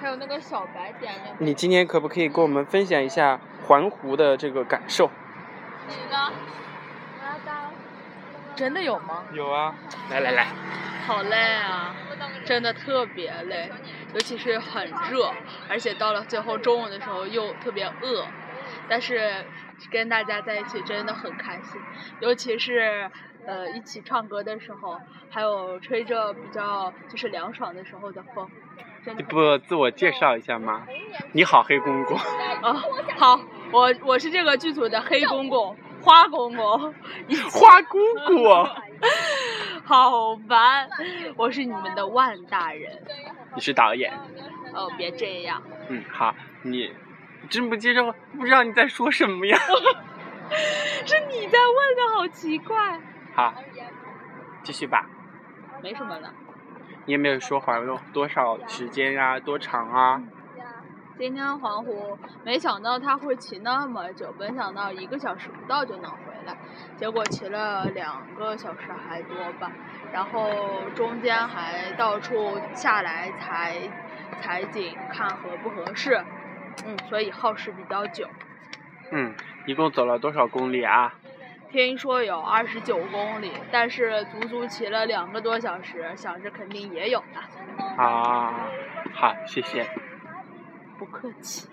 还有那个小白点了。你今天可不可以给我们分享一下环湖的这个感受？你呢？我要当。真的有吗？有啊，来来来，好累啊，真的特别累，尤其是很热，而且到了最后中午的时候又特别饿，但是跟大家在一起真的很开心，尤其是呃一起唱歌的时候，还有吹着比较就是凉爽的时候的风，真你的不自我介绍一下吗？你好，黑公 公。啊好，我我是这个剧组的黑公公、花公公，一起花姑姑， 好烦！我是你们的万大人，你是导演。哦，别这样。嗯，好，你真不接受，不知道你在说什么呀？是你在问的，好奇怪。好，继续吧。没什么了，你也没有说还有多少时间啊，多长啊？今天环湖，没想到他会骑那么久，本想到一个小时不到就能回来，结果骑了两个小时还多吧。然后中间还到处下来采采景，看合不合适。嗯，所以耗时比较久。嗯，一共走了多少公里啊？听说有二十九公里，但是足足骑了两个多小时，想着肯定也有的。啊，好，谢谢。不客气。